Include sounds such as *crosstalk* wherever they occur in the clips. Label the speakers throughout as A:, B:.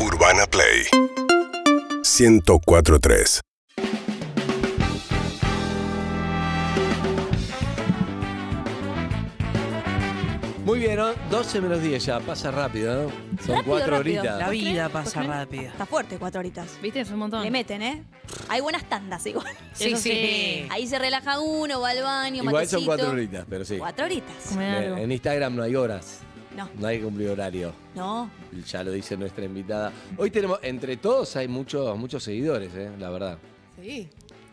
A: Urbana Play 1043
B: Muy bien, ¿no? 12 menos 10 ya, pasa rápido, ¿no? Son
C: Rápido,
B: cuatro
C: rápido.
B: horitas.
D: La
C: ¿Vos
D: vida
C: crees? ¿Vos
D: pasa
C: crees?
D: rápida.
C: Está fuerte cuatro horitas.
E: ¿Viste? Es un montón.
C: Le meten, ¿eh? Hay buenas tandas igual.
E: Sí,
D: Eso
E: sí.
C: *laughs* Ahí se relaja uno, va al baño,
B: Igual son
C: matecito.
B: cuatro horitas, pero sí. Eh,
C: Cuatro horitas.
E: Come algo.
B: En Instagram no hay horas,
C: No,
B: no hay que cumplir horario.
C: no.
B: Ya lo dice nuestra invitada. Hoy tenemos, entre todos hay muchos, muchos seguidores, ¿eh? la verdad.
F: Sí.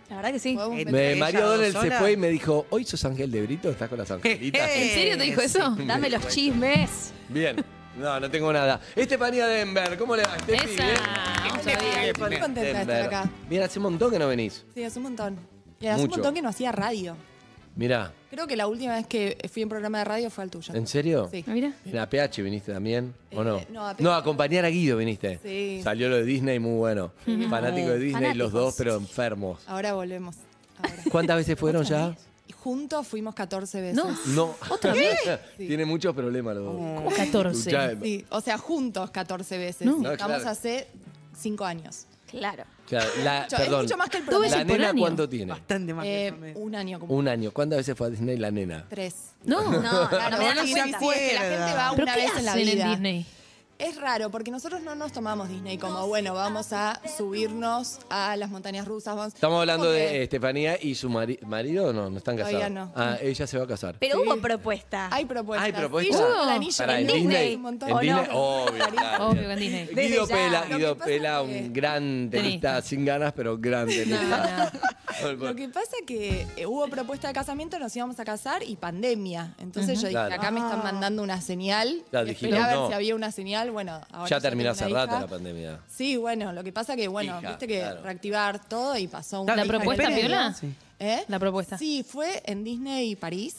C: La verdad que sí.
F: podemos
D: Eh,
F: meter
B: Me,
D: ella
B: María
D: dos
B: Donel se
D: sola.
B: fue y me dijo, hoy sos Ángel de Brito, estás con las angelitas.
F: Eh,
E: ¿En serio te dijo
D: Sí.
E: eso?
B: *laughs*
C: Dame los chismes.
B: Bien. No, no tengo nada. Estefanía Denver, ¿cómo le va? Estefi,
E: Esa.
B: bien.
E: Vamos a ver.
F: Estoy muy contenta de estar
B: Denver.
F: acá.
B: Bien, hace un montón que no venís.
F: Sí, hace un montón. Y hace un
B: Mucho.
F: montón que no hacía radio.
B: Mirá,
F: Creo que la última vez que fui a un programa de radio fue al tuyo.
B: ¿en serio?
F: Sí.
E: Ah, Mira.
B: En APH viniste también, ¿o
F: Eh,
B: no?
F: no, APH.
B: no, a acompañar a Guido viniste.
F: Sí.
B: Salió lo de Disney, muy
F: *laughs*
B: bueno. Fanático de Disney, los
C: fanáticos.
B: dos, pero enfermos.
F: Ahora volvemos.
B: *laughs*
F: Ahora.
B: ¿Cuántas veces fueron ya?
F: Y juntos fuimos 14 veces.
E: No.
B: No. ¿Otra *laughs* vez? Tiene muchos problemas los dos.
F: Oh.
E: Como 14.
B: Escuchá,
F: Sí, o sea, juntos 14 veces.
E: No.
F: Sí,
B: No,
F: Estamos
B: claro.
F: hace 5 años.
C: Claro.
B: claro, la-
F: Mucho- es
B: perdón.
F: mucho más que el
E: Dos veces
B: ¿La
E: por
B: nena
E: año.
B: cuánto tiene?
D: Bastante más que
F: Eh,
D: el promedio.
F: un año como
B: Un año. ¿Cuántas veces fue a Disney la nena? *laughs*
F: tres.
C: *laughs*
E: No.
C: No, no, no me dan
D: no
C: las
D: se
C: cuentas.
D: fue.
F: Que la gente va
E: ¿Pero
F: una
E: qué
F: vez en la
E: hacen en
F: vida.
E: Disney?
F: Es raro, porque nosotros no nos tomamos Disney como, bueno, vamos a subirnos a las montañas rusas. Vamos,
B: Estamos hablando
F: Porque-
B: de eh, Estefanía y su mari- marido, no, no están casados.
F: Todavía no.
B: Ah, ella se va a casar.
C: Pero hubo propuesta.
F: Hay propuestas.
B: Hay propuestas.
F: Sí, yo
E: Uh.
F: con el anillo
B: Para
F: en
B: en
C: Disney.
B: Disney,
F: un montón.
B: en
C: ¿O
B: Disney, Oh,
C: no?
B: obvio, claro.
E: Obvio que en Disney.
C: Desde
B: Guido
C: ya.
B: Pela,
C: Lo que
B: Guido
F: pasa es
B: Pela,
F: que-
B: un gran tenista
E: Tenista.
B: sin ganas, pero gran tenista. *laughs*
F: Lo que pasa que eh, hubo propuesta de casamiento, nos íbamos a casar y pandemia. Entonces yo dije,
B: Claro.
F: acá me están mandando una señal.
B: Ya
F: Y
B: dijimos,
F: esperé a ver
B: no.
F: si había una señal. Bueno, ahora
B: ya terminó hace
F: tengo una
B: rato
F: hija.
B: la pandemia.
F: Sí, bueno, lo que pasa que, bueno,
B: Hija,
F: viste que
B: claro.
F: reactivar todo y pasó una
E: ¿La
F: hija
E: propuesta,
F: que-
E: Piola?
D: Sí.
F: ¿Eh?
E: La propuesta.
F: Sí, fue en Disney y París.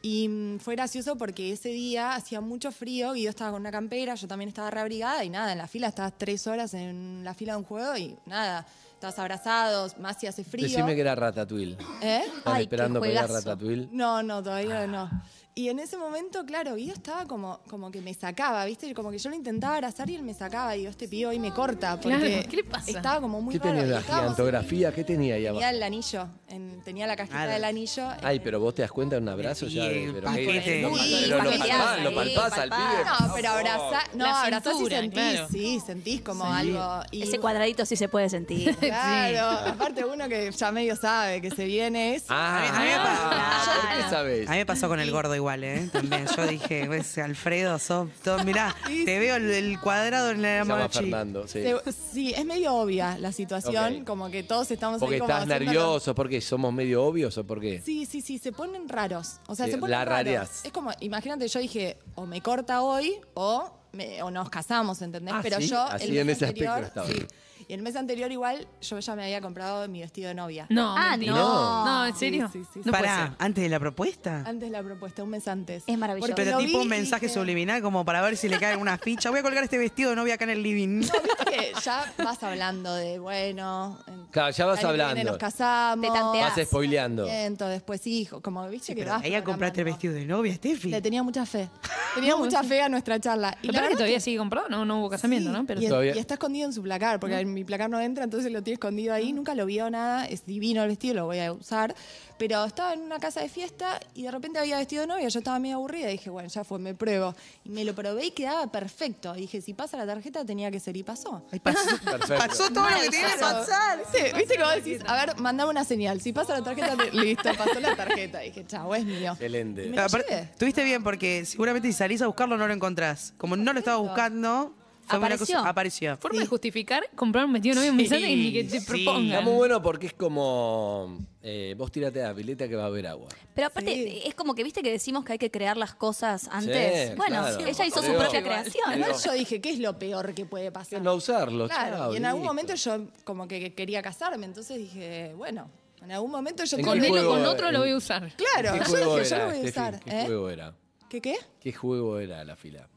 F: Y mm, fue gracioso porque ese día hacía mucho frío y yo estaba con una campera, yo también estaba reabrigada y nada, en la fila estabas tres horas en la fila de un juego y nada, estabas abrazados, más si hace frío.
B: Decime que era Ratatouille.
F: ¿Eh?
B: Están
C: Ay, qué
B: esperando que era
C: juegazo.
B: Ratatouille.
F: No, no, todavía no. Y en ese momento, claro, Guido estaba como, como que me sacaba, ¿viste? Como que yo lo intentaba abrazar y él me sacaba. Y digo, este pibe hoy me corta. Porque
E: Claro, ¿qué le pasa?
F: Estaba como muy
B: ¿Qué
F: raro.
B: tenía
F: y
B: la
F: estábamos-
B: gigantografía? ¿Qué tenía ahí
F: Tenía
B: abajo?
F: el anillo, en- tenía la cajita
D: Claro.
F: del anillo.
B: Ay, pero vos te das cuenta de un abrazo
D: Sí,
B: ya. de-
D: el
B: Pero,
D: paquete.
B: ¿qué? Lo-
F: Sí,
B: pero lo
F: paqueteado
B: palpás, lo
F: ahí,
B: palpás al
C: palpás.
B: pibe.
F: No, pero abrazá, no,
E: La
F: abrazás
E: cintura,
F: y sentís,
E: claro.
F: sí, sentís como algo. Y,
C: Ese cuadradito sí se puede *laughs* sentir.
F: Claro, aparte uno que ya medio sabe que se viene es...
D: A mí me
B: Ah,
D: pasa.
B: ¿por ¿qué sabés?
D: A mí me pasó con el gordo igual, ¿eh? También. Yo
F: *laughs*
D: dije, ves, Alfredo, sos todo- mirá, te veo el, el cuadrado en la
B: Se llama
D: mochi.
B: Fernando, sí.
F: se- sí, es medio obvia la situación,
B: Ok.
F: como que todos estamos ahí
B: Porque
F: como
B: estás
F: haciéndolo.
B: nervioso, porque somos medio obvios o por qué.
F: Sí, sí, sí, se ponen raros. O sea,
B: Sí,
F: se ponen
B: la
F: raros.
B: rareás.
F: Es como, imagínate, yo dije, o me corta hoy o, me- o nos casamos, ¿entendés?
B: Ah,
F: Pero
B: sí,
F: yo
B: así
F: el mes
B: en ese
F: anterior,
B: aspecto estaba.
F: sí. Y el mes anterior igual yo ya me había comprado mi vestido de novia.
E: No,
C: Ah,
E: mentira.
C: no.
E: No, ¿en serio?
F: Sí, sí, sí,
E: No puede
D: Pará,
E: ser.
D: antes de la propuesta.
F: Antes la propuesta, un mes antes.
C: Es maravilloso.
F: Porque
D: Pero
F: lo
D: tipo
F: vi
D: un
F: y
D: mensaje
F: dije,
D: subliminal como para ver si le cae una ficha. Voy a colgar este vestido de novia acá en el living.
F: No, viste que ya vas hablando de, bueno... en-
B: Claro, ya vas
F: el año que viene
B: hablando.
F: Nos casamos.
C: Te tanteás.
B: Vas spoileando.
F: casamiento, Después hijo, como viste que
D: Pero
F: vas
D: ella compraste el
F: programando.
D: vestido de novia, Steffi.
F: Le tenía mucha fe. Tenía mucha fe a nuestra charla. Y
E: Pero
F: la
E: pará que
F: verdad
E: todavía sigue comprado, no, no hubo casamiento,
F: Sí,
E: ¿no? Pero
F: y,
B: Todavía-
F: y está escondido en su placar, porque en mi placar no entra, entonces lo tiene escondido ahí. Nunca lo vio nada, es divino el vestido, lo voy a usar. Pero estaba en una casa de fiesta y de repente había vestido de novia, yo estaba medio aburrida y dije, bueno, ya fue, me pruebo. Y me lo probé y quedaba perfecto. Y dije, si pasa la tarjeta tenía que ser y pasó.
D: Ay, pasó,
B: Perfecto.
D: pasó todo lo que tenía que
F: Claro.
D: pasar.
F: ¿Viste, viste cómo decís? A ver, mandame una señal. Si pasa la tarjeta, te- listo, pasó la tarjeta. Y dije, chao, es mío.
B: Excelente.
F: Me lo
D: Aparte,
F: llevé.
D: Estuviste bien porque seguramente si salís a buscarlo no lo encontrás. Como no lo estaba buscando, fue una
C: Apareció.
D: cosa- apareció.
E: forma de justificar comprar un vestido de
D: Sí,
E: novia en mensaje ni que te
D: sí.
B: Está
E: propongan.
B: muy bueno porque es como. eh, vos tirate a la pileta que va a haber agua.
C: Pero aparte, es como que viste que decimos que hay que crear las cosas antes.
B: Sí,
C: bueno,
B: claro.
C: ella hizo su
B: Creo-
C: propia creación.
F: Igual yo dije, ¿qué es lo peor que puede pasar?
B: Que no usarlo,
F: Claro,
B: chao,
F: y en algún
B: listo.
F: momento yo como que quería casarme, entonces dije, bueno, en algún momento yo
B: ¿En qué
E: Con
F: él-
E: él o
B: juego
E: con
B: era?
E: otro lo voy a usar.
F: Claro,
B: ¿Qué
F: *laughs* yo
B: juego
F: dije, yo
B: era,
F: lo voy a
B: Steffi?
F: usar.
B: ¿Qué
F: ¿eh?
B: juego era?
F: ¿Qué qué?
B: ¿Qué juego era la fila?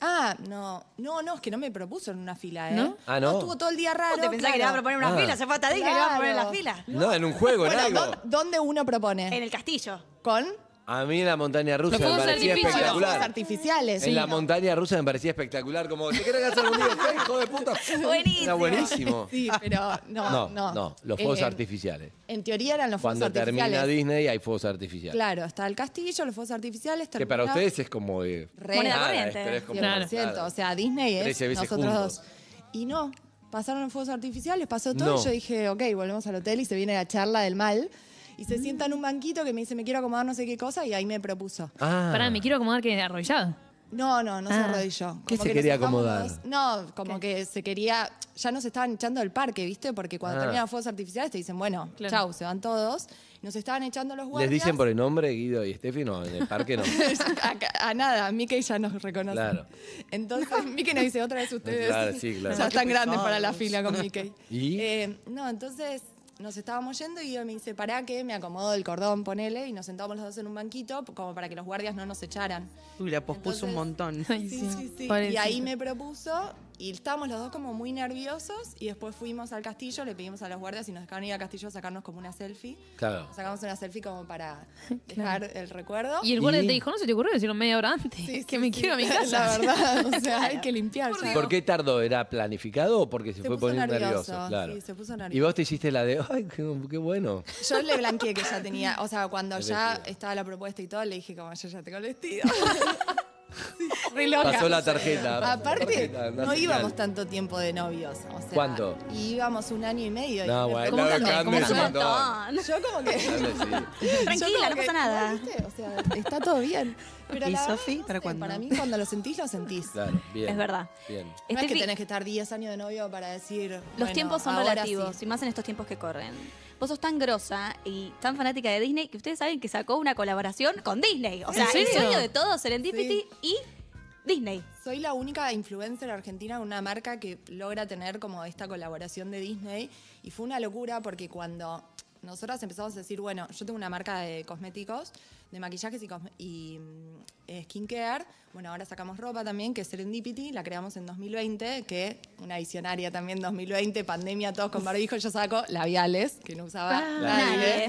F: Ah, no, no, no, es que no me propuso en una fila, ¿eh?
E: ¿No?
B: Ah, no.
F: Estuvo todo el día raro.
C: Te pensás que le
F: claro.
C: iban a proponer una
B: Ah.
C: fila, se fue hasta Disney, le iban a poner en la
F: Claro.
C: fila.
B: No, en un juego, en
F: Bueno,
B: algo.
F: ¿dó- ¿dónde uno propone?
C: En el castillo.
F: ¿Con?
B: A mí en la montaña rusa
E: Los
B: me
E: fuegos
B: parecía
E: artificios.
F: Fuegos
B: espectacular.
F: artificiales.
B: En la montaña rusa me parecía espectacular. Como, ¿te querés casar conmigo? ¿Qué hijo de puta?
C: Buenísimo.
B: Era buenísimo.
F: *laughs* Sí, pero no,
B: No,
F: no.
B: no, los fuegos
F: Eh,
B: artificiales.
F: En teoría eran los fuegos
B: Cuando
F: artificiales.
B: termina Disney hay fuegos artificiales.
F: Claro, está el castillo, los fuegos artificiales.
B: que para
F: termina-
B: ustedes es como... eh,
F: Re.
B: nada,
C: Moneda corriente.
B: esto es como-
F: 100%,
B: claro.
F: o sea, Disney es
B: 13 veces
F: nosotros
B: juntos.
F: dos. Y no, pasaron los fuegos artificiales, pasó todo
B: No.
F: y yo dije, ok, volvemos al hotel y se viene la charla del mal. Y se sienta en un banquito que me dice, me quiero acomodar no sé qué cosa, y ahí me propuso.
B: Ah.
E: Pará, me quiero acomodar que arrollado.
F: No, no, no se
E: Ah.
F: arrodilló.
B: ¿Qué
F: Como
B: se
F: que
B: quería
F: nos sacamos
B: acomodar?
F: dos- No, como que se quería. Ya nos estaban echando del parque, ¿viste? Porque cuando
B: Ah.
F: terminan los fuegos artificiales te dicen, bueno,
E: Claro.
F: chau, se van todos. Nos estaban echando los guardias. *laughs*
B: ¿Les dicen por el nombre Guido y Steffi? No, en el parque no.
F: a, a nada, Mickey ya nos reconoce.
B: Claro.
F: Entonces, Mickey nos dice otra vez ustedes.
B: Claro, sí, claro.
F: Ya están
D: Qué
F: grandes para la
D: pesados.
F: fila con Mickey.
B: *laughs* ¿Y?
F: Eh, no, entonces nos estábamos yendo y yo me dice, pará que me acomodo el cordón, ponele, y nos sentamos los dos en un banquito como para que los guardias no nos echaran.
D: Uy, la pospuso un montón.
F: *laughs*
E: Ay,
F: Sí, sí, sí. Y
E: Pobrecito.
F: ahí me propuso y estábamos los dos como muy nerviosos y después fuimos al castillo, le pedimos a los guardias y nos dejaron ir al castillo a sacarnos como una selfie.
B: Claro.
F: Nos sacamos una selfie como
E: *laughs*
F: para dejar el recuerdo.
E: Y el guardia te dijo, no se te ocurrió decirlo media hora antes,
F: Sí,
E: que
F: sí,
E: me
F: sí.
E: quiero a mi casa.
F: *laughs* La
E: *laughs*
F: verdad, o sea, hay que limpiar. ya.
B: ¿Por qué tardó? ¿Era planificado o porque se,
F: Se
B: fue
F: puso
B: poniendo nervioso?
F: nervioso,
B: Claro.
F: sí, se puso
B: Y vos
F: nervioso.
B: te hiciste la de, ay, qué, qué bueno.
E: *laughs*
F: Yo le blanqueé que ya tenía, o sea, cuando
B: El
F: ya
B: vestido.
F: estaba la propuesta y todo, le dije como yo ya tengo el vestido. Sí, re
B: *laughs*
F: loca.
B: Pasó la tarjeta.
F: *laughs* Aparte,
B: Tarjeta
F: no
B: nacional.
F: íbamos tanto tiempo de novios. O sea,
B: ¿Cuánto?
F: Íbamos un año y medio. y
B: No,
F: me
B: bueno,
E: ¿Cómo
B: claro,
E: tanto?
B: Cande
E: ¿Cómo
B: es un
E: tanto?
B: montón.
F: Yo como
E: *laughs*
F: que.
B: Cande, sí.
F: Yo
C: Tranquila,
F: como
C: no
F: que,
C: pasa nada.
F: ¿no viste? O sea, está todo bien. Pero
D: ¿Y
F: la verdad,
D: Sofi,
F: no
D: para
F: sé,
D: cuándo?
F: Para mí, cuando lo sentís, lo sentís.
B: Claro, bien.
C: Es verdad.
B: Bien.
F: No es que
C: Estefi,
F: tenés que estar 10 años de novio para decir.
C: Este los
F: bueno,
C: tiempos son
F: ahora
C: relativos,
F: sí.
C: y más en estos tiempos que corren. Vos sos tan grosa y tan fanática de Disney que ustedes saben que sacó una colaboración con Disney. O sea, el
E: serio?
C: sueño de todos, Serendipity y Disney.
F: Soy la única influencer argentina de una marca que logra tener como esta colaboración de Disney. Y fue una locura porque cuando nosotras empezamos a decir, bueno, yo tengo una marca de cosméticos, de maquillajes y, cosme- y mm, eh, skincare. Bueno, ahora sacamos ropa también, que es Serendipity, la creamos en 2020, que una visionaria también 2020, pandemia, todos con barbijo, yo saco labiales, que no usaba nadie.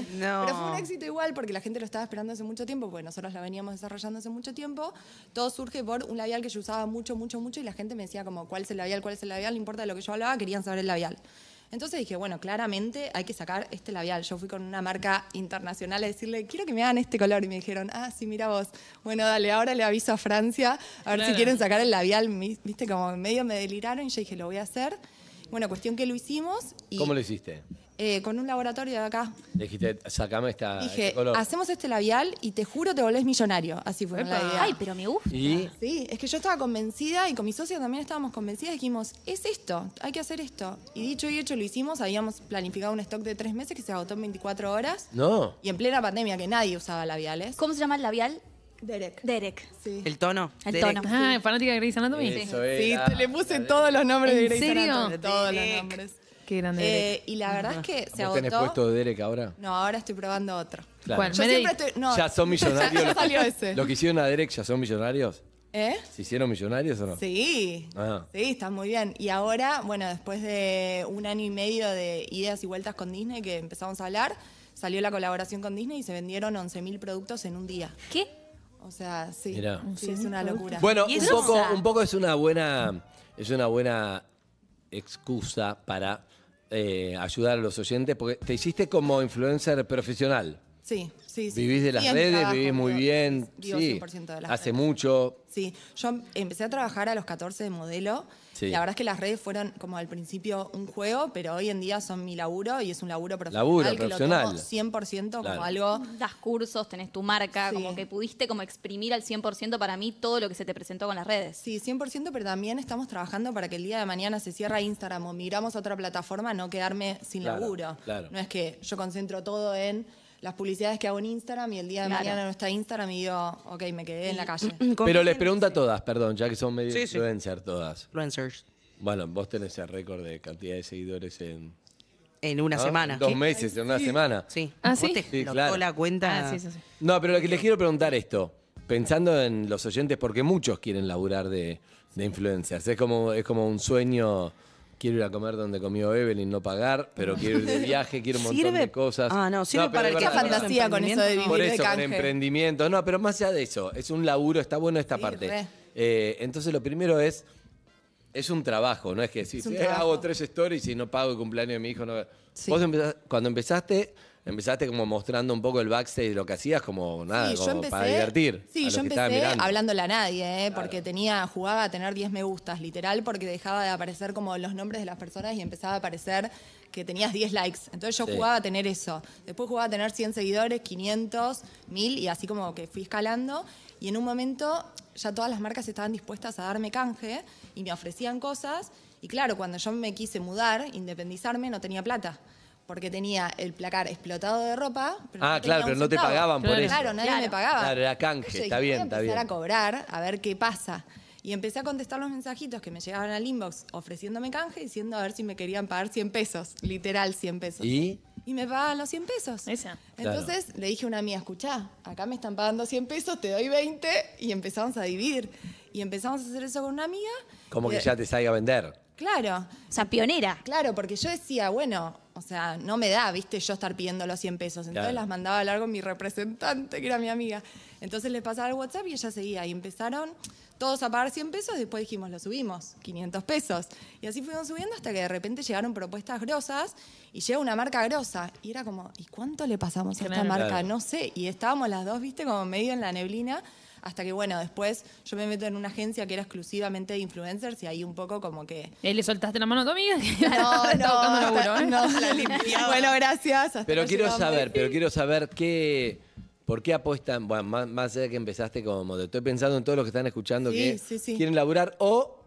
C: nadie.
D: No.
F: Pero fue un éxito igual porque la gente lo estaba esperando hace mucho tiempo, porque nosotros la veníamos desarrollando hace mucho tiempo. Todo surge por un labial que yo usaba mucho, mucho, mucho y la gente me decía como, ¿cuál es el labial? ¿Cuál es el labial? No importa de lo que yo hablaba, querían saber el labial. Entonces dije, bueno, claramente hay que sacar este labial. Yo fui con una marca internacional a decirle, quiero que me hagan este color. Y me dijeron, ah, sí, mira vos. Bueno, dale, ahora le aviso a Francia a ver si
E: Claro.
F: quieren sacar el labial. Mi- Viste, como medio me deliraron y yo dije, lo voy a hacer. Bueno, cuestión que lo hicimos y
B: ¿Cómo lo hiciste?
F: eh, con un laboratorio de acá,
B: Le dijiste, sacame esta, este
F: Dije,
B: color.
F: hacemos este labial y te juro te volvés millonario. Así fue la idea.
C: Ay, pero me gusta.
B: Y
F: Sí, es que yo estaba convencida y con mi socio también estábamos convencidas. Dijimos, es esto, hay que hacer esto. Y dicho y hecho lo hicimos. Habíamos planificado un stock de tres meses que se agotó en 24 horas.
B: no,
F: Y en plena pandemia que nadie usaba labiales.
C: ¿Cómo se llama el labial?
F: Derek.
C: Derek.
F: Sí.
D: El tono.
C: El
D: Derek.
C: tono.
E: Ah, fanática de Grey's Anatomy.
B: Eso
F: Sí,
B: era.
F: te- le puse todos los nombres
E: ¿En
F: de Grey's
E: serio?
F: Anatomy, Todos los
D: Derek.
F: nombres.
E: Qué grande. Derek.
F: Eh, y la verdad es que se
B: Ah, ¿Vos tenés
F: agotó.
B: puesto Derek ahora?
F: No, ahora estoy probando otro.
B: Claro.
E: ¿Cuál?
F: Yo
E: Meredith.
F: siempre estoy. No,
B: ¿Ya son
F: *laughs*
B: millonarios?
F: ya salió ese.
B: ¿Lo que hicieron a Derek ya son millonarios?
F: ¿Eh?
B: ¿Se hicieron millonarios o no?
F: Sí,
B: Ah.
F: sí, está muy bien. Y ahora, bueno, después de un año y medio de ideas y vueltas con Disney que empezamos a hablar, salió la colaboración con Disney y se vendieron 11.000 productos en un día.
C: ¿Qué?
F: O sea, sí,
B: Mirá.
F: sí es una locura.
B: Bueno,
C: Y
B: un
C: eso-
B: poco, un poco es una buena, es una buena excusa para eh, ayudar a los oyentes, porque te hiciste como influencer profesional.
F: sí, sí, sí.
B: Vivís de las
F: Bien
B: redes,
F: trabajo,
B: vivís muy
F: vivo-
B: bien.
F: vivo
B: sí.
F: 100% de las
B: Hace
F: redes.
B: mucho.
F: Sí, yo empecé a trabajar a los 14 de modelo.
B: Sí.
F: La verdad es que las redes fueron como al principio un juego, pero hoy en día son mi laburo y es un laburo profesional.
B: Laburo
F: que
B: profesional.
F: Lo tomo 100% como
B: Claro.
F: algo
C: Das cursos, tenés tu marca,
F: Sí.
C: como que pudiste como exprimir al 100% para mí todo lo que se te presentó con las redes.
F: Sí, 100%, pero también estamos trabajando para que el día de mañana se cierra Instagram o migramos a otra plataforma, no quedarme sin
B: Claro,
F: laburo.
B: claro.
F: No es que yo concentro todo en las publicidades que hago en Instagram y el día de
C: Claro.
F: mañana no está Instagram y digo, ok, me quedé en la calle.
B: Pero les pregunto a todas, perdón, ya que son medio
D: Sí, sí.
B: influencer todas.
D: Influencers.
B: Bueno, vos tenés el récord de cantidad de seguidores en
D: En una
B: ¿no?
D: semana.
B: Ah, dos
D: ¿Qué?
B: meses, en una semana.
D: Sí.
E: ¿Ah,
D: Vos
E: sí?
D: te
E: Sí,
D: explotó
B: claro.
D: la cuenta.
E: Ah, sí, sí, sí.
B: No, pero lo que les quiero preguntar esto, pensando en los oyentes, porque muchos quieren laburar de, de influencers, es como, es como un sueño Quiero ir a comer donde comió Evelyn, no pagar, pero quiero ir
D: *laughs*
B: de viaje, quiero un montón de cosas.
D: Ah, no, sirve
B: pero
D: para
B: es
D: el que
F: Qué
B: verdad, es verdad.
F: fantasía con eso de vivir
B: Por
F: de
B: eso, con
F: canje.
B: emprendimiento. No, pero más allá de eso, es un laburo, está bueno esta
F: Sí,
B: parte.
F: re.
B: Eh, entonces, lo primero es, es un trabajo, no es que si
F: Es un
B: hago
F: trabajo.
B: tres stories y no pago el cumpleaños de mi hijo. No...
F: Sí.
B: Vos empezás- cuando empezaste, empezaste como mostrando un poco el backstage de lo que hacías, como nada,
F: Sí,
B: como para divertir. a
F: Sí,
B: los
F: yo
B: que estaban
F: empecé
B: mirando.
F: hablándole a nadie, ¿eh? porque tenía, jugaba a tener 10 me gustas, literal, porque dejaba de aparecer como los nombres de las personas y empezaba a aparecer que tenías 10 likes. Entonces yo
B: Sí.
F: jugaba a tener eso. Después jugaba a tener 100 seguidores, 500, 1000 y así como que fui escalando. Y en un momento ya todas las marcas estaban dispuestas a darme canje y me ofrecían cosas. Y claro, cuando yo me quise mudar, independizarme, no tenía plata. Porque tenía el placar explotado de ropa.
B: Ah,
F: no tenía
B: claro,
F: un
B: pero no te
F: centavo.
B: pagaban por
E: Claro.
B: eso.
F: Claro, nadie
C: Claro.
F: me pagaba.
B: Claro, era canje,
F: Entonces yo
B: está
F: dije,
B: bien,
F: voy a
B: está
F: empezar
B: bien.
F: a cobrar, a ver qué pasa. Y empecé a contestar los mensajitos que me llegaban al inbox ofreciéndome canje, diciendo a ver si me querían pagar 100 pesos, literal 100 pesos.
B: Y
F: Y me pagaban los 100 pesos.
E: Esa.
F: Entonces le dije a una amiga, escuchá, acá me están pagando 100 pesos, te doy 20 y empezamos a dividir. Y empezamos a hacer eso con una amiga.
B: como
F: y-
B: que ya te salga a vender.
F: Claro,
C: O sea, pionera.
F: Claro, porque yo decía, bueno, o sea, no me da, viste, yo estar pidiendo los 100 pesos. Entonces
B: Claro.
F: las mandaba a largo mi representante, que era mi amiga. Entonces les pasaba el WhatsApp y ella seguía. Y empezaron todos a pagar 100 pesos, después dijimos, lo subimos, 500 pesos. Y así fuimos subiendo hasta que de repente llegaron propuestas grosas y llega una marca grosa. Y era como, ¿y cuánto le pasamos a esta
E: Claro.
F: marca?
B: Claro.
F: No sé. Y estábamos las dos, viste, como medio en la neblina. Hasta que, bueno, después yo me meto en una agencia que era exclusivamente de influencers y ahí un poco como que...
E: Y ahí Eh, le soltaste la mano a tu amiga. que *laughs*
F: No, *laughs*
E: está buscando
F: no,
E: laburo, ¿eh?
F: no, la limpiaba. Bueno, gracias. hasta
B: Pero
F: acá
B: quiero
F: llegamos.
B: saber, pero quiero saber qué. ¿Por qué apuestan? Bueno, más, más allá de que empezaste como modelo. Estoy pensando en todos los que están escuchando
F: Sí,
B: que
F: sí, sí.
B: quieren laburar o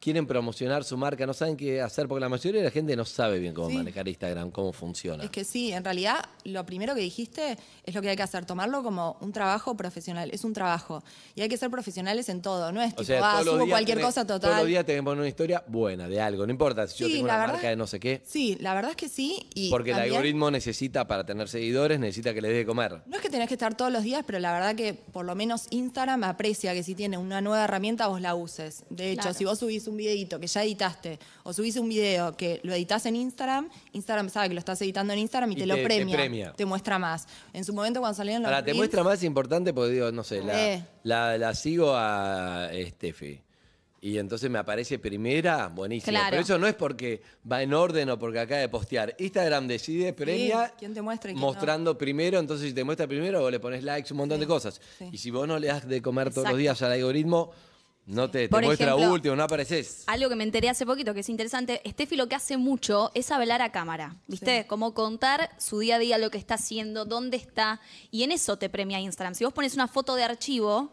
B: quieren promocionar su marca, no saben qué hacer, porque la mayoría de la gente no sabe bien cómo
F: Sí.
B: manejar Instagram, cómo funciona.
F: Es que sí, en realidad lo primero que dijiste es lo que hay que hacer, tomarlo como un trabajo profesional, es un trabajo. Y hay que ser profesionales en todo, no es tipo, ah,
B: todos los
F: subo
B: días
F: cualquier
B: tenés-
F: cosa total.
B: Todos los días tenemos una historia buena de algo, no importa si yo
F: Sí,
B: tengo
F: la
B: una
F: verdad-
B: marca de no sé qué.
F: Sí, la verdad es que sí. Y
B: Porque el
F: también-
B: algoritmo necesita, para tener seguidores, necesita que le dé de comer.
F: No es que tenés que estar todos los días, pero la verdad que por lo menos Instagram aprecia que si tiene una nueva herramienta vos la uses. De hecho,
C: Claro.
F: si vos subís un videito que ya editaste o subís un video que lo editas en Instagram, Instagram sabe que lo estás editando en Instagram y,
B: Y
F: te,
B: te-
F: lo
B: te
F: premia, te
B: premia.
F: muestra más. En su momento cuando salieron los
B: Ahora, te
F: reels- Eh.
B: muestra más importante porque digo, no sé, la,
F: Re.
B: la, la sigo a Steffi. Y entonces me aparece primera, buenísimo.
C: Claro.
B: Pero eso no es porque va en orden o porque acaba de postear. Instagram decide, premia,
F: ¿quién te muestra y quién no?
B: mostrando primero. Entonces, si te muestra primero, vos le pones likes, un montón de cosas.
F: sí.
B: Y si vos no le das de comer todos los
C: Exacto.
B: días al algoritmo, no te, te
C: Por
B: muestra
C: ejemplo,
B: último, no apareces.
C: Algo que me enteré hace poquito que es interesante, Steffi lo que hace mucho es hablar a cámara, ¿viste? Como contar su día a día, lo que está haciendo, dónde está, y en eso te premia Instagram. Si vos pones una foto de archivo,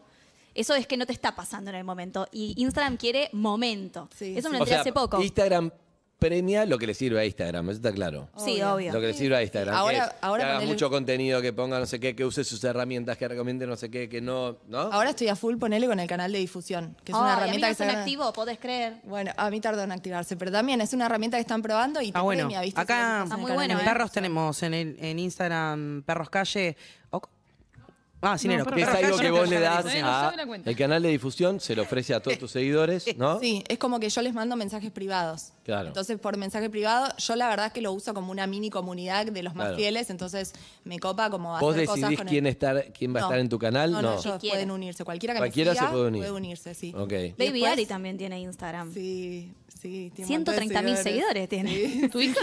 C: eso es que no te está pasando en el momento, y Instagram quiere momento.
F: Sí,
C: eso me lo
F: sí.
C: enteré hace poco.
B: Instagram premia lo que le sirve a Instagram, eso está claro.
C: Sí,
F: Obvio.
C: obvio.
B: Lo que le sirve a Instagram.
F: Ahora-
B: que es
F: ahora
B: que haga
F: ponele-
B: mucho contenido, que ponga no sé qué, que use sus herramientas, que recomiende no sé qué, que no. ¿No?
F: Ahora estoy a full, ponele con el canal de difusión, que es
C: Ay,
F: una
C: a mí
F: herramienta
C: no
F: que
C: se
F: se
C: me
F: gana-
C: activó, podés creer.
F: Bueno, a mí tardó en activarse, pero también es una herramienta que están probando y te
D: Ah, bueno.
F: premia, ¿viste? Si
D: Acá
F: vos estás en
C: Ah,
F: el
C: muy
F: canal
C: bueno,
F: de
D: en
C: ¿eh?
D: perros tenemos en, el, en Instagram perros calle. o- ah,
E: No,
D: Cinero.
E: perros
B: Que es
E: Pero
B: algo
E: acá
B: que
E: yo
B: vos
E: no
B: le das
E: tengo la
B: a
E: cuenta. Bueno, yo
B: el canal de difusión, se lo ofrece a todos
F: *laughs*
B: tus seguidores, ¿no?
F: Sí, es como que yo les mando mensajes privados.
B: ¿Ah? Claro.
F: Entonces, por mensaje privado, yo la verdad es que lo uso como una mini comunidad de los más
B: Claro.
F: fieles, entonces me copa como hacer
B: Vos
F: cosas
B: decidís
F: con el-
B: quién, estar, quién va a
F: No.
B: estar en tu canal, no.
F: No, no, ellos
C: Cualquiera.
F: pueden unirse. Cualquiera que
B: Cualquiera
F: me
B: se
F: siga
B: puede unir.
F: unirse, sí.
B: Ok.
F: Y
C: Baby
F: después-
C: Ari también tiene Instagram.
F: Sí, sí. tiene un montón de
C: 130 mil seguidores tiene.
E: ¿Tu hija?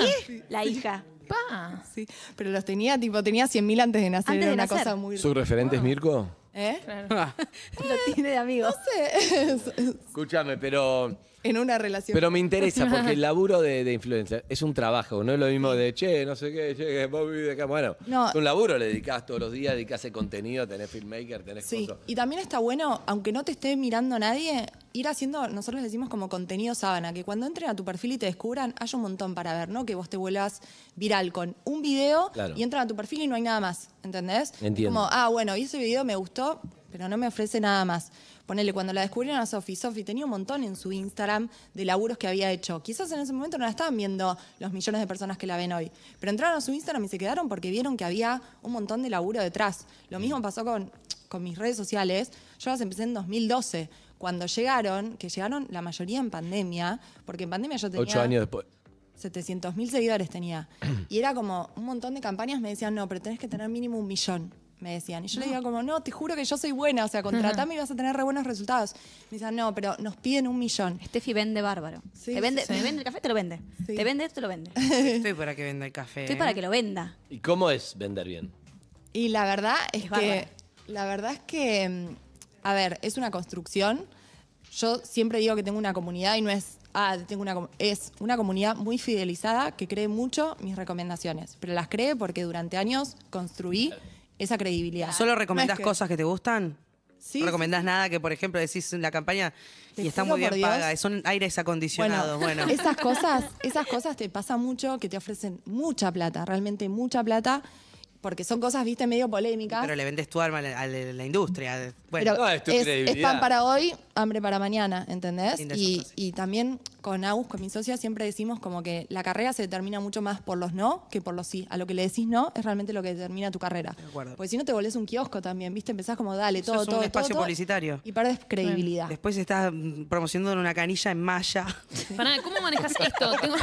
C: La
F: *laughs*
C: hija.
E: Pa.
F: Sí, pero los tenía, tipo, tenía 100.000 antes de nacer.
C: Antes
F: era
C: de
F: una
C: nacer.
F: cosa muy...
B: ¿Su referente es Mirko?
F: ¿Eh? *laughs*
C: Lo tiene de amigos.
B: Escúchame, pero,
F: En una relación.
B: pero me
F: *laughs*
B: interesa porque el laburo de, de influencer es un trabajo, no es lo mismo de che, no sé qué, che, que vos vivís de acá. Bueno,
F: No.
B: es un laburo, le dedicás todos los días, dedicás el contenido, tenés filmmaker, tenés
F: Sí,
B: cosas.
F: y también está bueno, aunque no te esté mirando nadie, ir haciendo, nosotros decimos como contenido sábana, que cuando entren a tu perfil y te descubran, hay un montón para ver, ¿no? Que vos te vuelvas viral con un video
B: Claro.
F: y entran a tu perfil y no hay nada más, ¿entendés?
B: Entiendo.
F: Como, ah, bueno, y ese video me gustó, pero no me ofrece nada más. Ponele, cuando la descubrieron a Sofi, Sofi tenía un montón en su Instagram de laburos que había hecho. Quizás en ese momento no la estaban viendo los millones de personas que la ven hoy, pero entraron a su Instagram y se quedaron porque vieron que había un montón de laburo detrás. Lo mismo pasó con, con mis redes sociales. Yo las empecé en 2012. Cuando llegaron, que llegaron la mayoría en pandemia, porque en pandemia yo tenía...
B: Ocho años después.
F: 700 mil seguidores tenía. Y era como un montón de campañas, me decían, no, pero tenés que tener mínimo un millón. Me decían. Y yo le digo como, no, te juro que yo soy buena, o sea, contratame y vas a tener re buenos resultados. Me decían, no, pero nos piden un millón.
C: Steffi vende bárbaro.
F: Sí,
C: te, vende,
F: sí, sí.
C: te vende el café, te lo vende.
F: Sí.
C: Te vende, te lo vende.
D: Estoy para que venda el café.
C: Estoy para que lo venda.
B: ¿Y cómo es vender bien?
F: Y la verdad es,
C: Es bárbaro.
F: que, la verdad es que, mm, a ver, es una construcción. Yo siempre digo que tengo una comunidad y no es, ah, tengo una, com- es una comunidad muy fidelizada que cree mucho mis recomendaciones, pero las cree porque durante años construí esa credibilidad.
D: ¿Solo recomendás
F: No es que-
D: cosas que te gustan?
F: Sí,
D: ¿No recomendás nada que, por ejemplo, decís en la campaña
F: Te
D: y está
F: juro
D: muy bien
F: por Dios.
D: paga? Son aires acondicionados. Bueno,
F: *laughs*
D: *laughs*
F: Esas cosas, esas cosas te pasa mucho, que te ofrecen mucha plata, realmente mucha plata, porque son cosas, viste, medio polémicas.
D: pero le vendes tu arma a la, a la- la industria. Bueno,
F: Pero eh,
B: No, es tu
F: es, es
B: credibilidad.
F: pan para hoy, hambre para mañana, ¿entendés?
D: Linda esa
F: Y,
D: frase.
F: y también con Agus, con mi socia, siempre decimos como que la carrera se determina mucho más por los no que por los sí. A lo que le decís no es realmente lo que determina tu carrera.
D: De acuerdo.
F: Porque si no te volvés un kiosco también, ¿viste? Empezás como dale, todo,
D: Sos un
F: todo, todo,
D: espacio
F: todo,
D: publicitario.
F: Y perdés credibilidad. *laughs*
D: después estás mm, promocionando en una canilla en malla.
E: Pará, ¿cómo manejas esto? Tengo-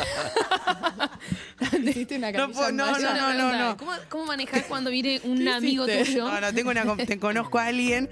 F: Hiciste una
D: No
F: canilla
D: puedo- no,
E: *laughs* Tengo
F: en malla.
E: una
D: no, no,
E: pregunta.
D: no.
E: ¿Cómo, cómo manejas cuando viene un
F: ¿Qué
E: amigo
F: hiciste?
E: tuyo?
D: No, no, tengo una, com- te conozco a alguien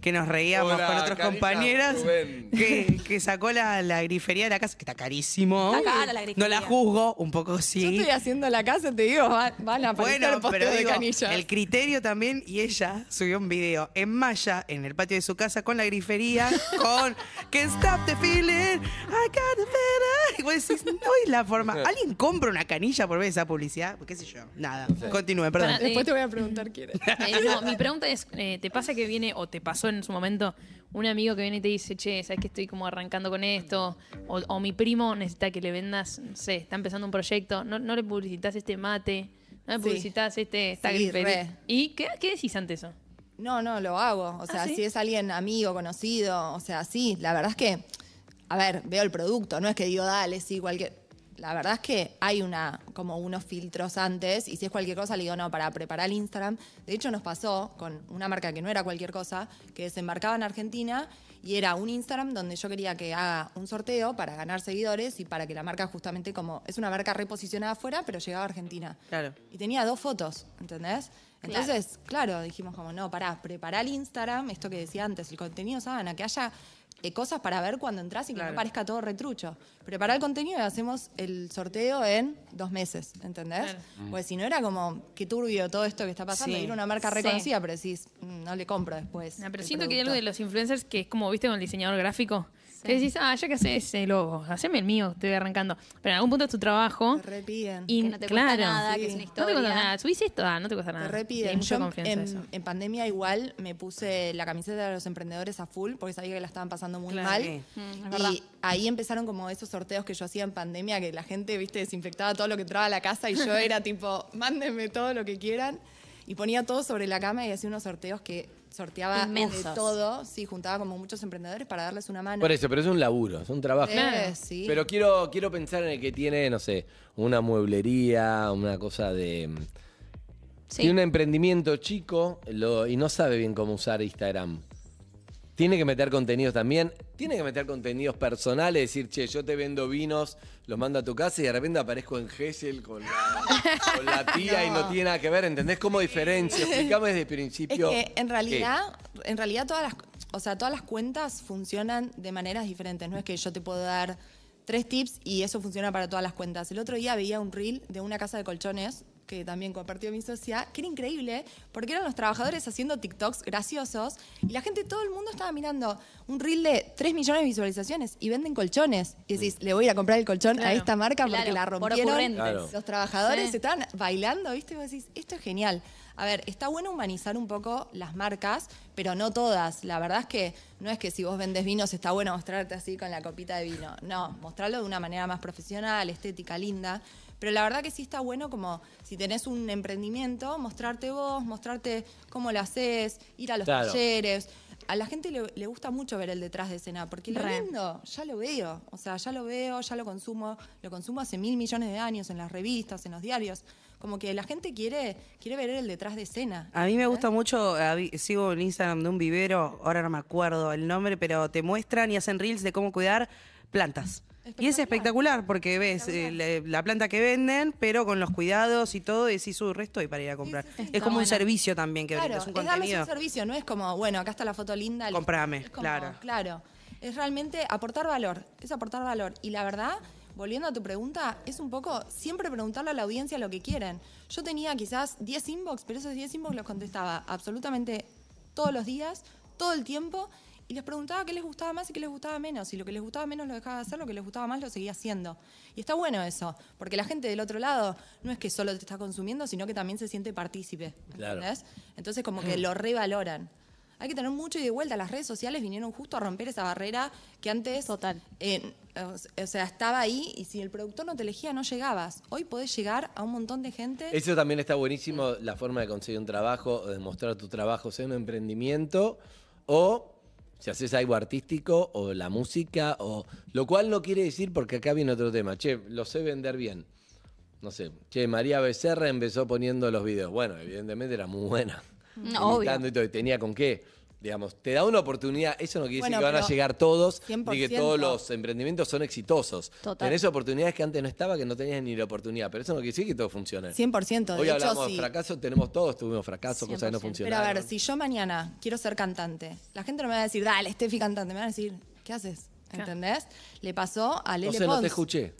D: que nos reíamos
B: Hola,
D: con otros
B: Karina,
D: compañeros
B: Rubén.
D: que, que sacó la, la grifería de la casa, que está carísimo.
C: Está cara la
D: no
C: grifería.
D: la juzgo, un poco sí.
F: Yo estoy haciendo la casa, te digo, va- van a aparecer
D: Bueno,
F: posteos
D: pero
F: de
D: digo,
F: canillas.
D: el criterio también, y ella subió un video en Maya, en el patio de su casa, con la
F: *laughs*
D: grifería, con Can't stop the feeling, I got the feeling. Y vos decís, no es la forma. ¿Alguien compra una canilla por ver esa publicidad? ¿Qué sé yo? Nada. Continúe, perdón.
E: Pará, eh,
F: Después te voy a preguntar quién es.
E: Eh, no, mi pregunta es, eh, ¿te pasa que viene o te pasó en su momento un amigo que viene y te dice, che, sabes que estoy como arrancando con esto? O, o mi primo necesita que le vendas, no sé, está empezando un proyecto, no, no le publicitas este mate, no le
F: Sí.
E: publicitas este, esta
F: Sí,
E: grifería".
F: re.
E: ¿Y qué, qué decís ante eso?
F: No, no, lo hago. O sea,
E: ¿sí?
F: si es alguien amigo, conocido, o sea, sí, la verdad es que, a ver, veo el producto, no es que digo, dale, sí, cualquier... La verdad es que hay una, como unos filtros antes, y si es cualquier cosa, le digo, no, para preparar el Instagram. De hecho, nos pasó con una marca que no era cualquier cosa, que desembarcaba en Argentina y era un Instagram donde yo quería que haga un sorteo para ganar seguidores y para que la marca justamente como, es una marca reposicionada afuera, pero llegaba a Argentina.
D: Claro.
F: Y tenía dos fotos, ¿entendés? Entonces, claro. dijimos como, no, pará, prepará el Instagram, esto que decía antes, el contenido, Sabana, que haya eh, cosas para ver cuando entras y que
D: Claro.
F: no parezca todo retrucho. Prepará el contenido y hacemos el sorteo en dos meses, ¿entendés? Pues si no era como, qué turbio todo esto que está pasando,
D: Sí.
F: y era una marca
C: Sí.
F: reconocida, pero decís, "Mm, no le compro después.
E: No, Ah, pero
F: el
E: siento que hay
F: producto".
E: algo de los influencers que es como, viste, con el diseñador gráfico. Que decís, ah, ya que haces ese logo, haceme el mío, estoy arrancando. Pero en algún punto es tu trabajo.
F: Te repiden.
E: Y
C: Que no te
E: claro,
C: cuesta nada, que es una
F: Sí.
E: No te
C: historia.
E: cuesta nada. Subís esto, ah, no te cuesta nada.
F: Te
E: Y
F: repiden.
E: hay mucha
F: Yo
E: confianza en
F: en,
E: eso.
F: en pandemia igual me puse la camiseta de los emprendedores a full porque sabía que la estaban pasando muy
D: Claro.
F: mal.
D: Sí.
C: Mm, es verdad.
F: y ahí empezaron como esos sorteos que yo hacía en pandemia, que la gente, viste, desinfectaba todo lo que entraba a la casa y yo
E: *laughs*
F: era tipo, mándenme todo lo que quieran. Y ponía todo sobre la cama y hacía unos sorteos que sorteaba de
C: Inmensos.
F: todo. Sí, juntaba como muchos emprendedores para darles una mano.
B: Por eso, pero es un laburo, es un trabajo.
F: Eh,
E: Claro.
F: sí.
B: Pero quiero, quiero pensar en el que tiene, no sé, una mueblería, una cosa de. mm,
C: Sí.
B: Tiene un emprendimiento chico lo- y no sabe bien cómo usar Instagram. Tiene que meter contenidos también. Tiene que meter contenidos personales, decir, che, yo te vendo vinos, los mando a tu casa y de repente aparezco en Gesell con
F: *laughs*
B: la, con la tía y no tiene nada que ver. ¿Entendés cómo diferencia? Explicame desde el
F: Es
B: principio.
F: que en
B: ¿Qué?
F: realidad, en realidad todas las, o sea, todas las cuentas funcionan de maneras diferentes. No es que yo te puedo dar tres tips y eso funciona para todas las cuentas. El otro día veía un reel de una casa de colchones que también compartió mi socia, que era increíble, porque eran los trabajadores haciendo TikToks graciosos y la gente, todo el mundo estaba mirando un reel de 3 millones de visualizaciones y venden colchones. Y decís,
B: Mm.
F: le voy a ir a comprar el colchón a
E: Claro,
F: esta marca porque
C: claro,
F: la
C: por
F: rompieron.
C: ocurrentes.
B: Claro.
F: Los trabajadores
C: Sí.
F: están bailando, ¿viste? Y vos decís, esto es genial. A ver, está bueno humanizar un poco las marcas, pero no todas. La verdad es que no es que si vos vendes vinos está bueno mostrarte así con la copita de vino. No, mostrarlo de una manera más profesional, estética, linda. Pero la verdad que sí está bueno como si tenés un emprendimiento, mostrarte vos, mostrarte cómo lo haces, ir a los
B: Claro.
F: talleres. a la gente le, le gusta mucho ver el detrás de escena, porque lo
C: Re.
F: lindo ya lo veo, o sea, ya lo veo, ya lo consumo, lo consumo hace mil millones de años en las revistas, en los diarios, como que la gente quiere, quiere ver el detrás de escena.
D: A mí me gusta mucho, a vi- sigo en Instagram de un vivero, ahora no me acuerdo el nombre, pero te muestran y hacen reels de cómo cuidar plantas. Y es espectacular porque ves eh, la, la planta que venden, pero con los cuidados y todo, y decís, su resto y para ir a comprar.
F: sí, sí.
D: Es como un servicio también que
F: Claro,
D: brindas,
F: es
D: un
F: darles
D: contenido.
F: un servicio, no es como, bueno, acá está la foto linda. listo.
D: Comprame,
F: Es como,
D: claro.
F: Claro, es realmente aportar valor, es aportar valor. Y la verdad, volviendo a tu pregunta, es un poco siempre preguntarle a la audiencia lo que quieren. Yo tenía quizás 10 inbox, pero esos 10 inbox los contestaba absolutamente todos los días, todo el tiempo. Y les preguntaba qué les gustaba más y qué les gustaba menos. Y lo que les gustaba menos lo dejaba de hacer, lo que les gustaba más lo seguía haciendo. Y está bueno eso, porque la gente del otro lado no es que solo te está consumiendo, sino que también se siente partícipe.
B: Claro.
F: ¿entendés? Entonces como que lo revaloran. Hay que tener mucho y de vuelta. Las redes sociales vinieron justo a romper esa barrera que antes...
C: Total.
F: eh, o- o sea, estaba ahí y si el productor no te elegía no llegabas. Hoy podés llegar a un montón de gente.
B: Eso también está buenísimo, la forma de conseguir un trabajo, o de mostrar tu trabajo, sea un emprendimiento o si haces algo artístico o la música, o lo cual no quiere decir, porque acá viene otro tema, che, lo sé vender bien. No sé, che, María Becerra empezó poniendo los videos. Bueno, evidentemente era muy buena.
C: No,
B: Imitando
C: obvio.
B: y todo, y tenía con qué. Digamos, te da una oportunidad, eso no quiere
F: Bueno,
B: decir que van a
F: pero
B: llegar todos ni que
F: 100%.
B: todos los emprendimientos son exitosos.
C: Total.
B: Tenés oportunidades que antes no estaba, que no tenías ni la oportunidad, pero eso no quiere decir que todo funcione.
F: 100%. De
B: Hoy
F: hecho,
B: hablamos
F: si-
B: de fracaso, tenemos todos, tuvimos fracaso, cosas que no
C: 100%.
F: Pero a
B: funcionaron.
F: ver, si yo mañana quiero ser cantante, la gente no me va a decir, dale, Steffi cantante, me van a decir, ¿qué haces? ¿Entendés? Le pasó a Lele
B: no sé, no
F: Pons.
B: te escuché.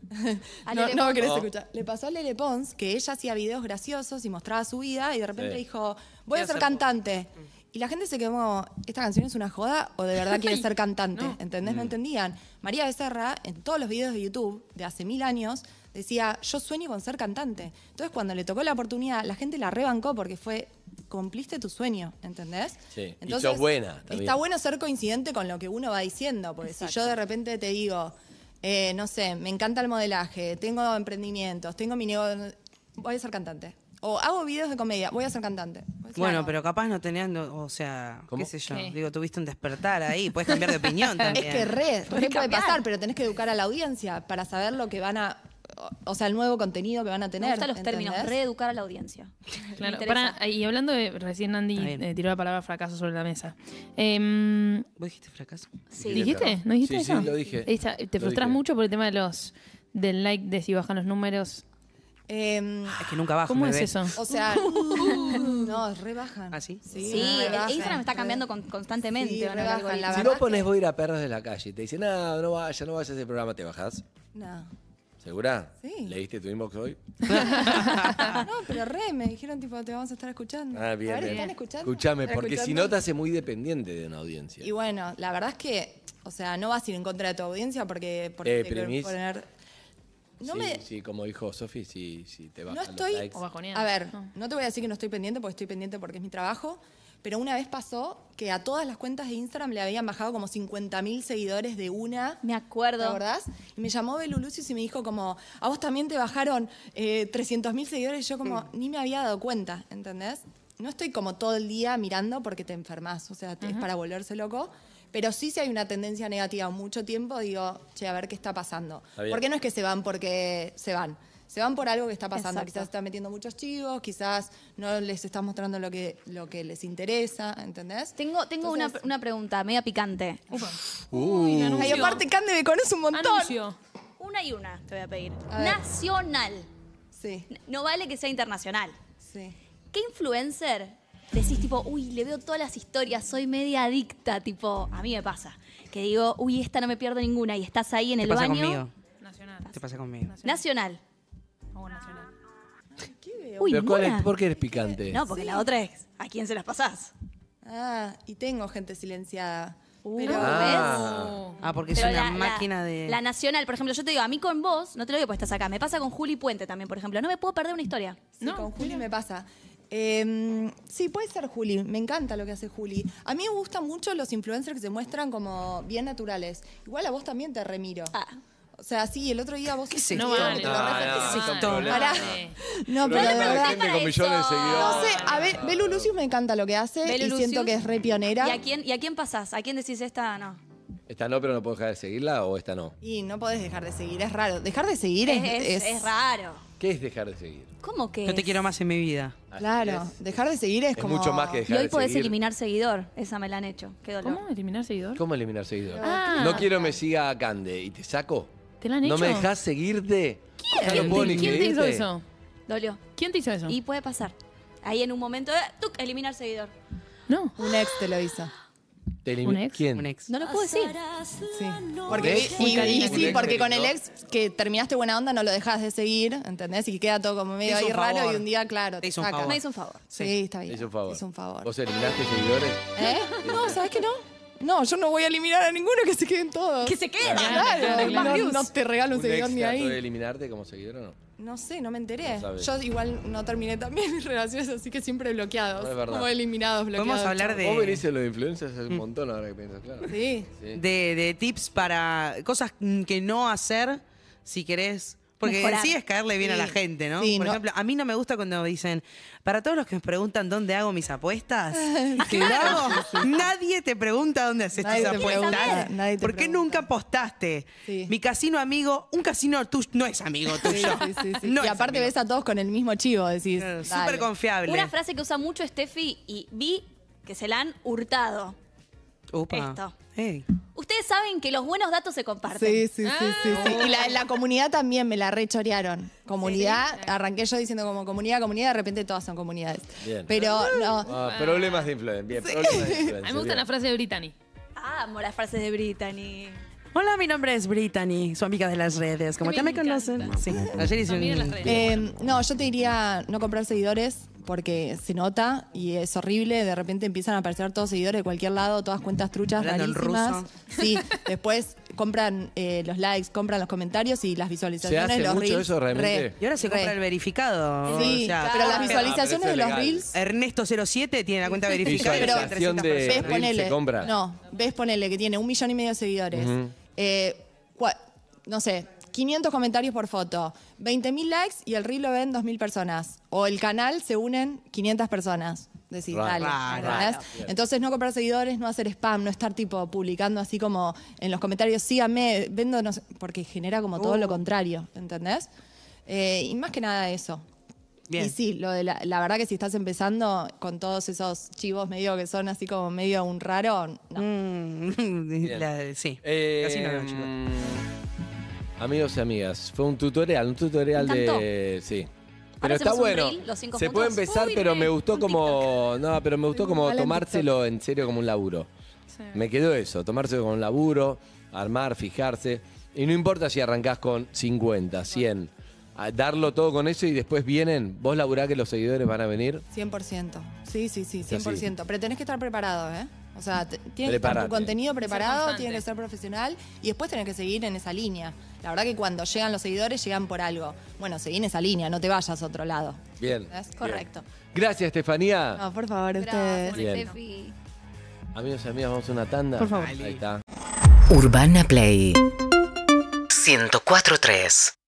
C: A
F: No,
C: Lele
F: no
C: Pons.
F: querés
B: No.
F: escuchar. Le pasó a Lele Pons que ella hacía videos graciosos y mostraba su vida y de repente
B: Sí.
F: dijo, voy
D: Quiero
F: a
D: ser
F: ser cantante. Y la gente se quemó, ¿esta canción es una joda o de
C: *laughs*
F: verdad quiere ser cantante? ¿Entendés?
B: Mm.
F: No entendían. María Becerra, en todos los videos de YouTube de hace mil años, decía, yo sueño con ser cantante. Entonces, cuando le tocó la oportunidad, la gente la rebancó porque fue, cumpliste tu sueño, ¿entendés?
B: Sí. Y sos buena también.
F: Está bueno ser coincidente con lo que uno va diciendo, porque si yo de repente te digo, eh, no sé, me encanta el modelaje, tengo emprendimientos, tengo mi negocio, voy a ser cantante. O hago videos de comedia, voy a ser cantante. Pues,
D: Bueno, pero capaz no tenías, no- o sea,
B: ¿Cómo?
D: qué sé yo,
E: ¿Qué?
D: digo, tuviste un despertar ahí, puedes cambiar de opinión
F: Es
D: también.
F: que re, re puede
E: cambiar.
F: pasar, pero tenés que educar a la audiencia para saber lo que van a, o sea, el nuevo contenido que van a
C: Me
F: tener.
C: gustan los términos,
F: ¿entendés?
C: reeducar a la audiencia. *laughs* Me
E: Claro, eh,
C: interesa.
E: pará, y hablando de, recién Andy
D: Está bien.
E: eh, tiró la palabra fracaso sobre la mesa. Em,
D: ¿Vos dijiste fracaso?
C: Sí.
E: ¿Dijiste? ¿No dijiste
B: Sí, sí,
E: eso?
B: lo dije.
E: Ahí está,
B: Lo
E: Te frustras
B: dije.
E: mucho por el tema de los del like, de si bajan los números.
F: Eh,
D: Es que nunca
B: Ah,
D: bajo.
E: ¿Cómo
D: me
E: es
D: ve.
E: eso?
F: o sea,
C: *laughs*
F: no, rebajan.
D: ¿Ah, sí?
C: Sí, el-
F: rebajan,
C: Instagram está
F: re-
C: cambiando con- constantemente.
F: Sí,
C: ¿no? El
F: rebajan,
C: algoritmo.
F: la
B: Si
F: verdad
B: vos pones
F: que-
B: voy a ir a perros de la calle y te dicen, "Ah, no, no vayas, no vayas a ese programa, ¿te bajás?
F: No.
B: ¿Segura?
F: Sí.
B: ¿Leíste tu inbox hoy? *laughs*
F: No, pero re, me dijeron, tipo, te vamos a estar escuchando.
B: Ah, bien,
F: Mm. a ver,
B: bien.
F: ¿están escuchando?
B: Escuchame,
F: ¿Están
B: porque si
F: escuchando?
B: no te hace muy dependiente de una audiencia.
F: Y bueno, la verdad es que, o sea, no vas a ir en contra de tu audiencia porque... porque
B: Te
F: te quiero
B: deprimís.
F: poner-
B: Eh,
F: No
B: sí,
F: me...
B: sí, como dijo Sofi, sí, sí, te
F: No
B: bajan
F: estoy...
B: los likes.
E: O bajonean.
F: A ver,
E: No.
F: no te voy a decir que no estoy pendiente porque estoy pendiente porque es mi trabajo, pero una vez pasó que a todas las cuentas de Instagram le habían bajado como 50.000 seguidores de una...
C: Me acuerdo.
F: ¿Te acordás? Y me llamó Belu Lucius y me dijo como, a vos también te bajaron eh, 300.000 seguidores. Y yo como,
C: Mm.
F: ni me había dado cuenta, ¿entendés? No estoy como todo el día mirando porque te enfermas, o sea, te- es para volverse loco. Pero sí si hay una tendencia negativa mucho tiempo, digo, che, a ver qué está pasando.
B: Está bien.
F: Porque no es que se van porque se van. Se van por algo que está pasando.
C: Exacto.
F: Quizás están metiendo muchos chivos, quizás no les estás mostrando lo que, lo que les interesa, ¿entendés?
C: Tengo, tengo una,
F: Entonces-
C: una pregunta media picante.
E: Uy, no,
F: Ay,
E: anuncio.
F: aparte, Cande me conoce un montón.
E: Anuncio.
C: Una y una te voy a pedir.
F: A ver.
C: Nacional.
F: Sí,
C: N- No vale que sea internacional.
F: sí.
C: ¿Qué influencer decís tipo, uy, le veo todas las historias, soy media adicta? Tipo, a mí me pasa. Que digo, uy, esta no me pierdo ninguna y estás ahí en
D: ¿Qué
C: el
D: pasa
C: baño.
D: conmigo?
E: Nacional.
D: ¿Qué pasa conmigo?
C: Nacional.
E: Vamos, nacional.
C: Uy,
B: Pero ¿cuál
C: Mona.
B: es? ¿Por qué eres picante?
C: No, porque la otra es, ¿a quién se las pasás?
F: Ah, y tengo gente silenciada.
C: Pero,
F: pero
B: Ah.
C: ¿ves?
D: Ah, porque es
C: Pero
D: una
C: la- la-
D: máquina de...
C: La nacional, por ejemplo, yo te digo, a mí con vos, no te lo digo porque estás acá. Me pasa con Juli Puente también, por ejemplo. No me puedo perder una historia.
F: sí,
E: No,
F: con Juli me pasa. Eh, sí, puede ser Juli. Me encanta lo que hace Juli. A mí me gustan mucho los influencers que se muestran como bien naturales. Igual a vos también te remiro.
C: Ah.
F: O sea, sí, el otro día vos...
D: ¿Qué es esto?
E: No
F: te lo
E: vale.
F: refer-
B: No, no,
F: Sí.
B: es un
D: esto?
B: problema.
F: Pará. No, pero
B: Problema
F: de
C: me
B: de
F: verdad...
C: pregunté
B: gente
C: para
B: con millones de
C: eso.
B: seguidores.
F: No sé, a ver,
B: Ah.
F: Belu Lucius me encanta lo que hace
E: Belu
F: y siento
E: Lucius.
F: que es re pionera.
C: ¿Y a quién, y a quién pasás? ¿A quién decís esta? No.
B: Esta no, pero no puedo dejar de seguirla o esta no.
F: Y no podés dejar de seguir, es raro. Dejar de seguir
C: es,
F: es...
C: es raro.
B: ¿Qué es dejar de seguir?
C: ¿Cómo que?
D: No te
C: es?
D: quiero más en mi vida.
B: Así
F: Claro,
B: es.
F: dejar de seguir es,
B: Es
F: como...
B: mucho más que
C: Y
B: dejar
C: hoy
B: de
C: podés
B: seguir.
C: eliminar seguidor. Esa me la han hecho. Qué dolor.
E: ¿Cómo? ¿Eliminar seguidor?
B: ¿Cómo eliminar seguidor?
E: Ah.
B: No quiero me siga a Cande y te saco.
E: ¿Te la han
B: ¿No
E: hecho?
B: me dejas seguirte?
E: ¿Quién,
B: No lo puedo
E: te,
B: ni
E: quién te hizo
B: creerte.
E: eso?
C: Dolió.
E: ¿Quién te hizo eso?
C: Y puede pasar. Ahí en un momento, eh, ¡tuc! eliminar seguidor.
E: No.
F: Un ex te lo hizo.
B: Te elimi-
E: ¿Un ex?
B: ¿Quién?
D: Un ex.
C: No lo puedo decir.
F: Sí. Porque,
B: ¿Ves?
F: y,
B: Muy
F: y
E: cariño.
B: Un
F: sí,
B: ex
F: porque
B: que
F: con el
B: no-
F: ex que terminaste buena onda no lo dejas de seguir, ¿entendés? Y queda todo como medio
D: Te hizo
F: ahí
D: un
F: raro
D: favor.
F: y un día, claro,
D: Te hizo un
F: saca.
D: favor.
C: Me hizo un favor.
F: Sí,
D: Sí.
F: está bien.
B: Es un favor.
F: Es un favor.
B: ¿Vos eliminaste seguidores?
F: ¿Eh? No, ¿sabes que no? No, yo no voy a eliminar a ninguno que se queden todos.
C: Que se quede.
F: Claro,
E: Más
F: no,
E: views.
F: no te regalo un seguidor
B: ex
F: ni
B: trató de
F: ahí.
B: eliminarte como seguidor o no?
F: No sé, no me enteré.
B: No sabés.
F: Yo igual no terminé también *laughs* mis relaciones, así que siempre bloqueados.
B: No, es verdad.
F: Como eliminados, bloqueados.
D: Podemos hablar de,
B: Vos venís a los influencers hace
D: Mm.
B: un montón ahora que piensas, claro.
F: Sí.
B: Sí.
D: de, de tips para cosas mm, que no hacer si querés. Porque en
C: Mejorar.
D: sí es caerle bien a la
F: Sí.
D: gente, ¿no?
F: Sí,
D: Por
F: no.
D: ejemplo, a mí no me gusta cuando dicen, para todos los que me preguntan dónde hago mis
F: *laughs*
D: apuestas, que lo hago, nadie te pregunta dónde haces
F: Nadie
D: tus
F: te
D: apuestas.
F: pregunta, nadie te
D: ¿Por qué
F: pregunta.
D: nunca apostaste?
F: Sí.
D: Mi casino amigo, un casino tuyo no es amigo
F: Sí,
D: tuyo.
F: sí, sí,
D: *laughs*
F: sí.
D: No
F: y
D: es
F: aparte
D: amigo.
F: ves a todos con el mismo chivo, decís.
D: Claro,
F: dale.
D: Súper confiable.
C: Una frase que usa mucho Steffi y vi que se la han hurtado.
D: Upa.
C: Esto.
D: Ey.
C: Ustedes saben que los buenos datos se comparten.
F: Sí, sí, sí, sí, sí. Y la, la comunidad también me la rechorearon. Comunidad, arranqué yo diciendo como comunidad, comunidad, de repente todas son comunidades.
B: Bien.
F: Pero no.
B: Ah, problemas de influencer. Bien, problemas de influencer.
E: *laughs* A mí me gusta
B: bien.
E: la frase de Brittany.
C: Ah, amo las frases de Brittany.
D: Hola, mi nombre es Brittany, su amiga de las redes. Como
E: Me
D: ya me
E: encanta.
D: conocen. Sí, ayer hice
E: Amiga de las
D: un...
E: redes.
F: eh, no, yo te diría no comprar seguidores porque se nota y es horrible. De repente empiezan a aparecer todos seguidores de cualquier lado, todas cuentas truchas
D: Hablando en
F: rarísimas.
D: ruso.
F: Sí, después compran eh, los likes, compran los comentarios y las visualizaciones.
B: ¿Se hace
F: los
B: mucho
F: reels.
B: eso realmente?
F: Re,
D: Y ahora se
F: re.
D: compra el verificado.
F: Sí,
D: o sea, Ah,
F: pero las
B: pero eso es
F: visualizaciones de los
B: legal.
F: reels
D: Ernesto07 tiene la cuenta verificada.
F: Pero-
D: tiene 300
B: Visualización de-
F: ves,
D: personas.
B: Reel
F: ponele.
B: se compra.
F: No, ves, ponele que tiene un millón y medio de seguidores. Eh, cua- no sé, 500 comentarios por foto, 20.000 likes y el reel lo ven 2.000 personas. O el canal se unen 500 personas. Decís,
B: Raro.
F: dale,
D: Raro.
F: ¿entendés? Entonces, no comprar seguidores, no hacer spam, no estar tipo publicando así como en los comentarios, síganme, vendo, no sé, porque genera como todo
D: Uh.
F: lo contrario, ¿entendés? Eh, y más que nada eso.
D: Bien.
F: Y sí, lo de la, la verdad que si estás empezando con todos esos chivos medio que son así como medio un raro, no.
D: Mm, *laughs*
B: Bien.
D: la- sí.
B: Eh,
D: Casi no, no, chicos.
B: mm, Amigos y amigas, fue un tutorial, un tutorial
C: Me encantó.
B: de. Sí. Pero
C: Ahora
B: está
C: hacemos un
B: bueno.
C: reel, los cinco
B: se
C: juntos.
B: puede empezar,
E: Uy,
B: pero
E: re,
B: me gustó
E: un
B: como. No, pero me gustó
F: Muy
B: como
F: mal en
B: tomárselo en serio como un laburo. Me quedó eso, tomárselo como un laburo, armar, fijarse. Y no importa si arrancás con 50, 100. a darlo todo con eso y después vienen. Vos laburás que los seguidores van a venir.
F: 100%. Sí, sí, sí,
B: Es así.
F: 100%. Pero tenés que estar preparado, ¿eh? O sea, te- tiene que estar
B: Preparate.
F: tu contenido preparado,
E: constante.
F: tiene que ser profesional y después tenés que seguir en esa línea. La verdad que cuando llegan los seguidores, llegan por algo. Bueno, seguí en esa línea, no te vayas a otro lado.
B: Bien. Ah.
F: ¿Ves?
C: Correcto.
B: Gracias, Estefanía.
F: No, por favor, ustedes.
C: Gracias,
B: Bien.
C: Steffi.
B: Amigos y amigas, vamos a una tanda.
E: Por favor.
B: Ahí está.
A: Urbana Play 1043